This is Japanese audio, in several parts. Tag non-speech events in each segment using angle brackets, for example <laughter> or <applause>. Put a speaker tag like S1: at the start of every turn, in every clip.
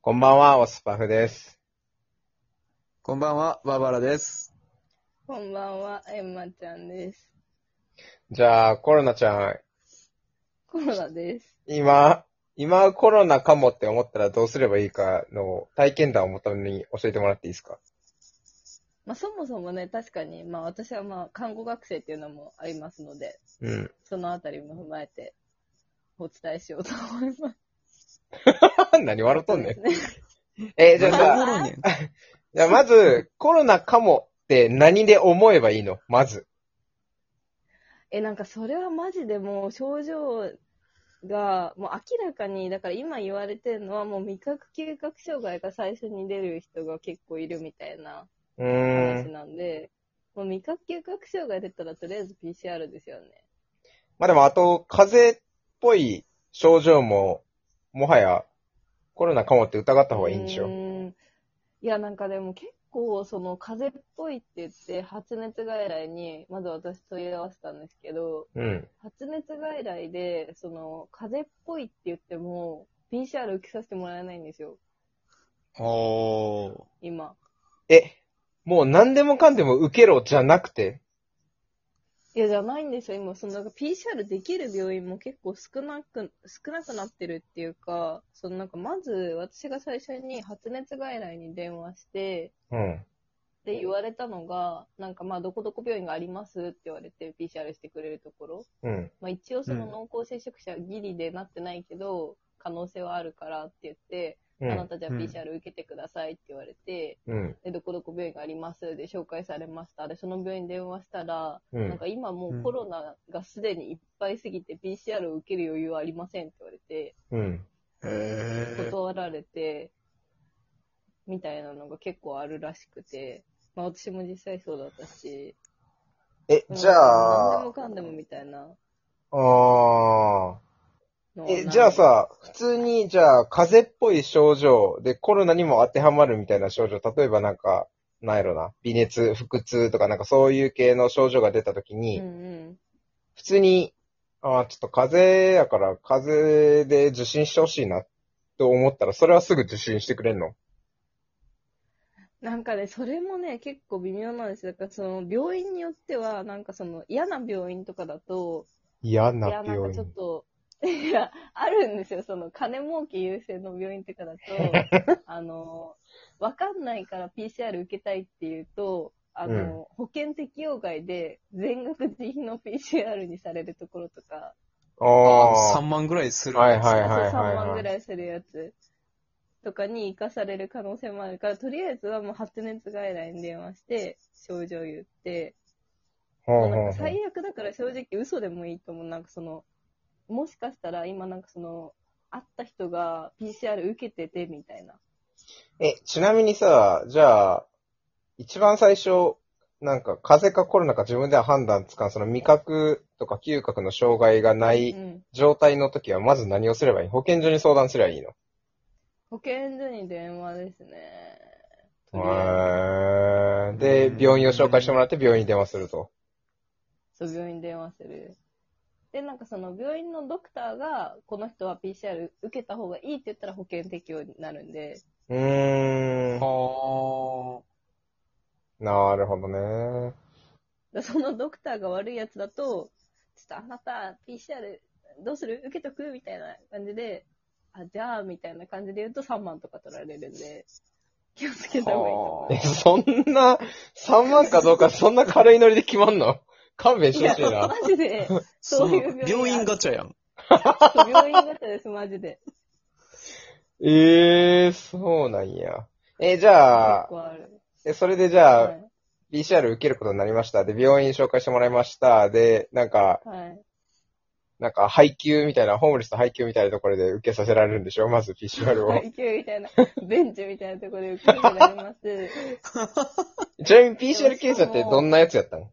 S1: こんばんは、オスパフです。
S2: こんばんは、バーバラです。
S3: こんばんは、エンマちゃんです。
S1: じゃあ、コロナちゃん、
S3: コロナです。
S1: 今、今コロナかもって思ったらどうすればいいかの体験談をもとに教えてもらっていいですか
S3: まあ、そもそもね、確かに、まあ、私はまあ、看護学生っていうのもありますので、
S1: うん。
S3: そのあたりも踏まえて、お伝えしようと思います。
S1: <laughs> 何笑っとんねん。
S3: そうですね
S1: えじゃあ
S2: な
S1: さ
S2: んでおもろいねん
S1: じゃあまず、コロナかもって何で思えばいいのまず。
S3: <laughs> え、なんかそれはマジでもう症状が、もう明らかに、だから今言われてるのはもう味覚嗅覚障害が最初に出る人が結構いるみたいな
S1: うー
S3: 話
S1: ん。
S3: なんで、もう味覚嗅覚障害出たらとりあえず PCR ですよね。
S1: まあでも、あと、風邪っぽい症状も、もはや、コロナかもって疑った方がいいんでし
S3: う
S1: ょ
S3: ーんいや、なんかでも結構、その、風邪っぽいって言って、発熱外来に、まず私問い合わせたんですけど、
S1: うん。
S3: 発熱外来で、その、風邪っぽいって言っても、PCR 受けさせてもらえないんですよ、
S2: おー。
S3: 今。
S1: え、もう何でもかんでも受けろじゃなくて、
S3: いや、じゃないんですよ、今。その、なんか PCR できる病院も結構少なく、少なくなってるっていうか、その、なんか、まず、私が最初に発熱外来に電話して、
S1: うん。
S3: で言われたのが、なんかまあ、どこどこ病院がありますって言われて、PCR してくれるところ。
S1: うん。
S3: まあ、一応その
S2: うん
S3: 濃厚接触者ギリでなってないけど、可能性はあるからって言って、
S1: う。
S3: あなんたじゃあ
S2: うん
S3: PCR 受けてくださいって言われて、
S1: うん。
S3: で、どこどこ病院がありますで紹介されました。で、その病院に電話したら、
S1: う
S3: なん
S1: ん。
S3: か今もうコロナがすでにいっぱいすぎて PCR を受ける余裕はありませんって言われて、
S1: うん。
S2: え
S3: 断られて、みたいなのが結構あるらしくて、まあ私も実際そうだったし、
S1: え、
S3: うん
S1: じゃ
S3: 何で
S1: あ
S3: も、かんでもみたいな
S1: あ
S3: の
S1: あ
S3: は
S1: ー。え、
S3: ない
S1: じゃあ、さ、普通に、じゃあ、風邪っぽい症状でコロナにも当てはまるみたいな症状、例えばなんか、なんやろな、微熱、腹痛とかなんかそういう系の症状が出たとき
S3: うん
S1: に、
S3: うん。
S1: 普通に、ああ、ちょっと風邪やから、風邪で受診してほしいな、と思ったら、それはすぐ受診してくれんの
S3: なんかね、それもね、結構微妙なんですよ。だからその、病院によっては、なんかその、嫌な病院とかだと、
S1: 嫌
S3: い
S1: な
S3: や、なん
S1: 病
S3: かちょっ
S1: 院。
S3: と、 <laughs> いや、あるんですよ。その、金儲け優先の病院とかだ
S1: <laughs>
S3: と、あの、わかんないから PCR 受けたいっていうと、あの、保険適用外で全額自費の PCR にされるところとか、
S1: あ
S2: 3
S1: あ。
S2: 万ぐらいする。
S1: はいはい
S3: そう
S1: はいはい
S3: 3
S1: はい
S3: 万ぐらいするやつとかに生かされる可能性もあるから、とりあえずはもう発熱外来に電話して、症状言って、
S1: ほう
S3: なん
S1: ほう
S3: か
S1: ほう
S3: 最悪だから正直嘘でもいいと思う。なんかその、もしかしたら今なんかその、会った人が PCR 受けててみたいな。
S1: え、ちなみにさ、じゃあ、一番最初、なんか、風邪かコロナか自分では判断つかん、その味覚とか嗅覚の障害がな
S3: う
S1: い
S3: ん。
S1: 状態の時は、まず何をすればいい保健所に相談すればいいの
S3: 保健所に電話ですね。とりあ
S1: へーで、病院を紹介してもらって病院に電話すると。
S3: えずそう、病院に電話する。で、なんかその病院のドクターが、この人は PCR 受けた方がいいって言ったら保険適用になるんで、
S1: うーん。
S2: は
S1: なるほどね。
S3: だそのドクターが悪いやつだと、ちょっとあなた PCR どうする受けとくみたいな感じで、あ、じゃあ、みたいな感じで言うと3万とか取られるんで、気をつけた方がいいと思
S2: は
S1: え、そんな、3万かどうか、そんな軽いノリで決まんの勘弁
S3: う。い
S1: して
S3: や
S1: ほしい、な。
S3: マジで、
S1: <laughs>
S2: ー。
S3: そういう病院
S2: その病院ガチャやん。
S3: 病院型です、マジで。
S1: ええー、そうなんや。え、じゃあ
S3: 結、構ある。
S1: え、それでじゃ
S3: は
S1: あ、
S3: い。
S1: PCR 受けることになりました。で、病院紹介してもらいました。で、なんか、
S3: はい。
S1: なんか、配給みたいな、ホームレスと配給みたいなところで受けさせられるんでしょまず PCR を。
S3: 配給みたいな、ベンチみたいなところで受け入れられます。
S1: ちなみに PCR 検査ってどんなやつやったの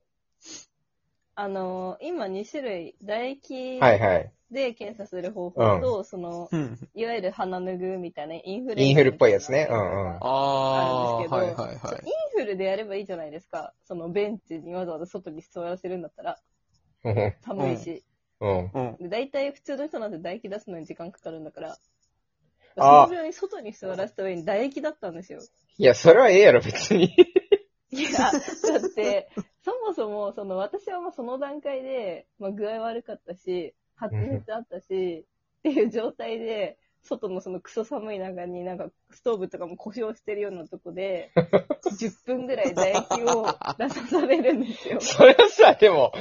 S3: あの、今2種類、唾液
S1: はいはい。
S3: で検査する方法と、その、
S2: うん。
S3: いわゆる鼻拭うみたいなインフル
S1: インフルっぽいやつね
S3: みたいなの
S1: う
S3: が
S1: んうん
S2: あ
S3: あるんですけ
S2: ー、
S3: ど
S2: はいはいは
S3: インフルでやればいいじゃないですか。そのベンチにわざわざ外に座らせるんだったら、
S1: うん
S3: 寒いし。
S1: うん。
S2: い。うん。
S3: で、大体普通の人なんて唾液出すのに時間かかるんだから、その病院外に座らせた上に唾液だったんですよ。
S1: いや、それはええやろ、別に。。
S3: いや、だって、そもそも、その、私はもうその段階で、まあ、具合悪かったし、発熱あったし、っていう状態で、外のそのクソ寒い中になんか、ストーブとかも故障してるようなとこ
S2: <laughs>
S3: で、10分ぐらい唾液を出さされるんですよ
S1: それはさ、でも、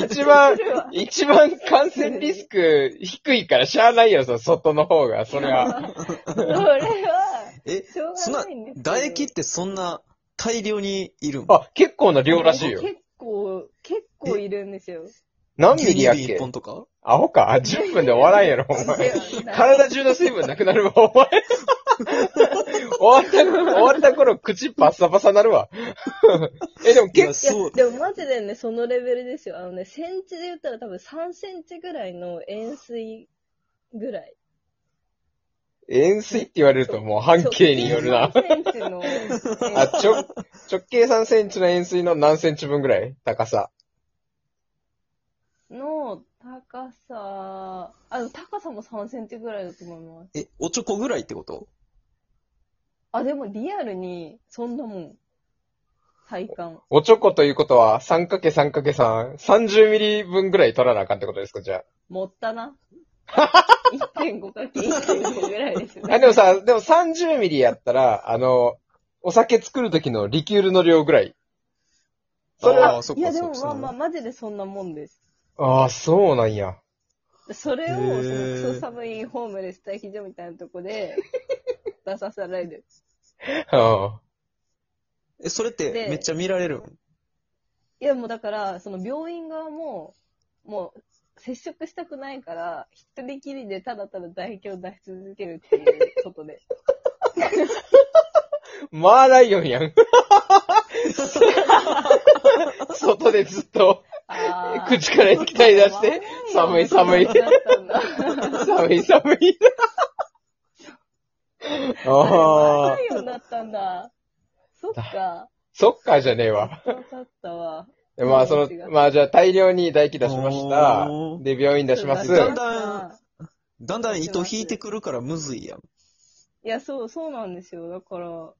S1: 一番
S3: あそれは
S1: 一番感染リスク低いからしゃあないよ、その外の方が。それは。
S3: それは、
S2: え、
S3: しょう
S2: そん
S3: が
S2: な
S3: ないんですけど
S2: 唾液ってそんな大量にいるん
S1: あ、結構な量らしいよ。
S3: 結構、結構いるんですよ。
S1: 何ミリやっ
S2: ?12
S1: け
S2: 1本とか
S1: アホか ?10 分で終わらんやろ、お前。体中の水分なくなるわ、お前。終わった、終わった頃、口パッサパサなるわ。え、でも
S2: いや、
S1: 結
S3: いや
S2: そう、。
S3: でもマジでね、そのレベルですよ。あのね、センチで言ったら多分3センチぐらいの円錐ぐらい。
S1: 構、円錐って言われるともう半径によるな。
S3: 直径3センチの円錐
S1: あ、ちょ、直径3センチの円錐の何センチ分ぐらい高さ。
S3: の高さ、あの、高さも3センチぐらいだと思います。
S2: え、おちょこぐらいってこと
S3: あ、でもリアルに、そんなもん。体感。
S1: おちょこということは、3×3×3、30ミリ分ぐらい取らなあかんってことですか、じゃあ。
S3: 持ったな。1.5かけ1.5ぐらいです
S1: あ、
S3: ね。
S1: でもさ、でも30ミリやったら、あの、お酒作る時のリキュールの量ぐらい。それは、
S2: あーそっ
S3: い
S2: か
S3: や、で
S2: そっ
S3: も
S2: か
S3: まあまあ、
S2: そ
S3: マジでそんなもんです。
S1: ああ、そうなんや。
S3: それを、
S2: へ
S3: その
S2: ー
S3: クソ寒いホームレス待機所みたいなと
S1: <laughs>
S3: こで出させられる。
S1: あ
S2: え、それって
S3: で
S2: めっちゃ見られるん
S3: いや、もうだから、その病院側も、もう、接触したくないから、一人きりでただただ唾液を出し続けるっていうこと
S1: <laughs>
S3: で。
S1: あマーライオンや
S3: <laughs>
S1: ん。外でずっと、
S3: あー
S1: 口から液体出して、寒い寒い、
S3: だったんだ。
S1: 寒い寒い。ああ
S3: 寒、いようになったんだ。そっか。
S1: そっかじゃねえわ。
S3: そうだったわ。
S1: まあ、その、まあじゃあ大量に唾液出しました
S2: お。ー
S1: で、病院出します。
S2: だんだんだんだん糸引いてくるからむずいやん。
S3: いや、そう、そうなんですよ。だから、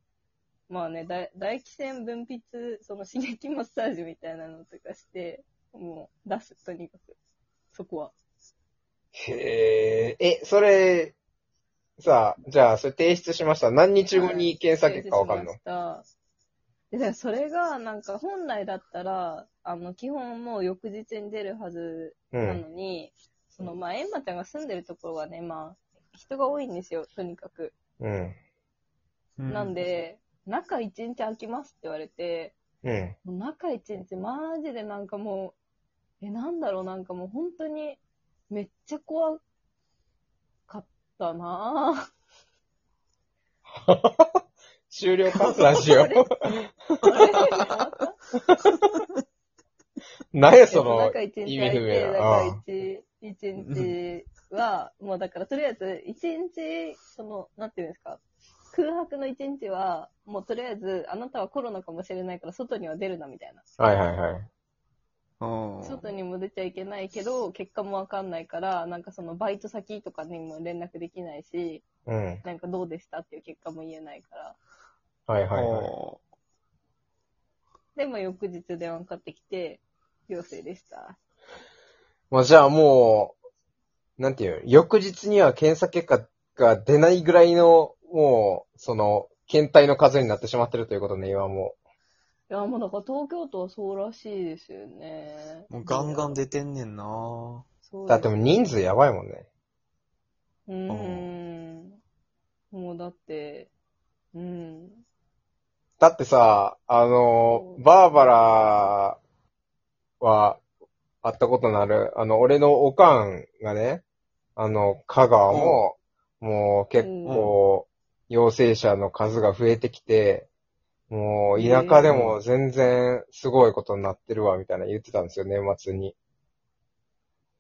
S3: まあね、だ唾液腺分泌、その刺激マッサージみたいなのとかして、もう出す、とにかく。そこは。
S1: へえ、え、それ、さあ、じゃあ、それ提出しました。何日後に検査結果わかんの
S3: 失礼しましたで、だからそれが、なんか本来だったら、あの、基本もう翌日に出るはず
S1: う。
S3: なんのに、その、まあ、エンマちゃんが住んでるところはね、まあ、人が多いんですよ、とにかく。
S1: うん。
S3: なんで、中1日空きますって言われて、
S1: うん。
S3: もう中一日、マジでなんかもう、え、なんだろう、なんかもう本当に、めっちゃ怖かったな
S1: 終了か、ラジ
S3: <laughs>
S1: オ。
S3: ぁ。あ
S1: 何や
S3: れ
S1: その
S3: 中、一日
S1: 意
S3: 空
S1: 味
S3: い
S1: 不明
S3: て、
S1: な
S3: だから一一日は、もうだからとりあえず、一日、その、なんていうんですか、空白の一日は、もうとりあえず、あなたはコロナかもしれないから外には出るな、みたいな。
S1: はいはいはい。
S2: うん。
S3: 外にも出ちゃいけないけど、結果もわかんないから、なんかそのバイト先とかにも連絡できないし、
S1: うん。
S3: なんかどうでしたっていう結果も言えないから。
S1: はいはいはい。
S2: は
S3: で、まあ翌日電話かかってきて、陽性でした。
S1: まあじゃあもう、なんていうの、翌日には検査結果が出ないぐらいの、もう、その、検体の数になってしまってるということね、今も
S3: いや、もうなんか東京都はそうらしいですよね。
S2: もうガンガン出てんねんな
S1: う。
S3: そう
S1: だってもう人数やばいもんね。
S3: うーん。もうだって、うん。
S1: だってさ、あの
S3: う、ん
S1: バーバラは、会ったことのある、あの、俺のおかんがね、あの、香川も、もう結構、陽性者の数が増えてきて、もう田舎でも全然すごいことになってるわ、みたいな言ってたんですよ、年末に。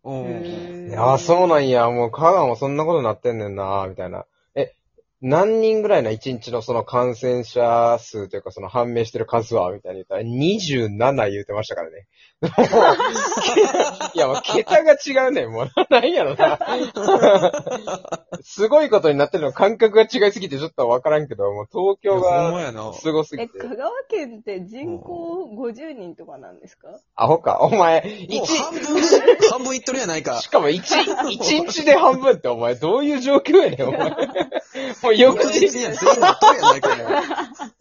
S2: うん。
S1: いやー、そう
S3: な
S1: なんや、もう香川もそんなことになってんねんな、みたいな。え、何人ぐらいな一日のその感染者数というかその判明してる数はみたいに言ったら27言うてましたからね。 <laughs> いや、もう桁が違うね。もうなんやろな。 <laughs> すごいことになってるの感覚が違いすぎてちょっとわからんけど、もう東京
S2: ほんま
S1: が
S2: やな。
S1: すごすぎ
S3: え、
S1: て。
S3: 香川県って人口50人とかなんですか
S1: アホか。お前、一
S2: もう半
S1: <laughs>
S2: 分、半分いっとるやないか
S1: し。かも一、一日で半分ってお前、どういう状況やねん、お前。もう翌
S2: 翌日
S1: 日、
S2: には全員いっとるやないかよ。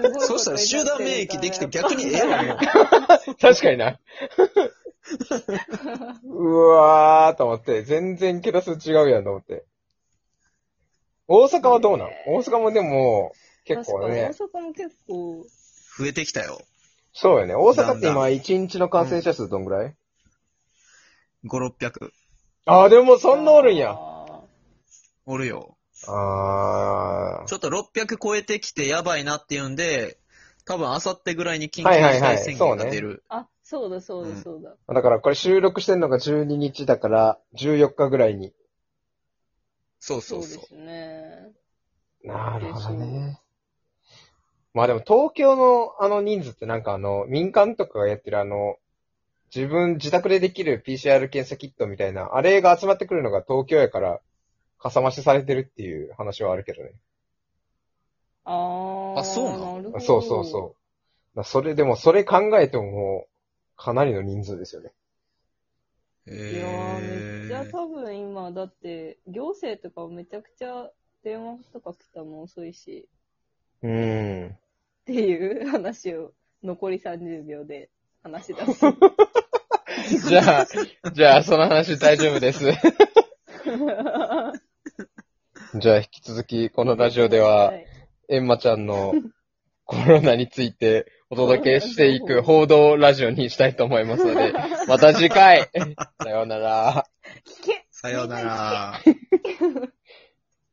S1: <laughs>
S3: ごいことになってるから
S2: そうしたら集団免疫できて逆にええわよ。
S1: 確かにな。うわーと思って、全然桁数違うやんと思って。大阪はどうなん
S3: ね
S1: 大阪もでも、結構
S3: 確か
S1: ね
S3: に。大阪も結構、
S2: 増えてきたよ。
S1: そうよね。大阪って
S2: だんだ
S1: 今、一日の感染者数どんぐらい、
S2: 5、600。
S1: あー、でもそんなおるんや。
S3: あ
S2: おるよ。
S1: あ
S2: ちょっと600超えてきてやばいなっていうんで、多分あさってぐらいに緊急
S1: はいはい
S2: 事
S1: はい
S2: 態宣言が出る。
S3: ー。あ、そうだそう
S2: う
S3: だ
S2: ん
S3: そうだ。
S1: ー。だからこれ収録してんのが12日だから、14日ぐらいに。
S2: そう
S3: そ
S2: そうう
S3: で
S2: そう。
S3: すね。
S1: なるほどね。まあでも東京のあの人数ってなんかあの民間とかがやってるあの自分自宅でできる PCR 検査キットみたいなあれが集まってくるのが東京やからかさ増しされてるっていう話はあるけどね。
S3: あー。
S2: あそうなの
S3: るほど
S1: そうそうそう。まあそれでもそれ考えてももうかなりの人数ですよね。
S3: いやー、めっちゃ
S2: えー、
S3: 多分今、だって、行政とかめちゃくちゃ電話とか来たの遅いし、
S1: うーん。
S3: っていう話を残り30秒で話し出
S1: <laughs>
S3: す。
S1: じゃあ、じゃあその話大丈夫です。 <laughs> じゃあ引き続きこのラジオでは、
S3: い
S1: エンマちゃんのコロナについてお届けしていく報道ラジオにしたいと思いますので、また次回さようなら。
S3: 聞け
S2: さようなら。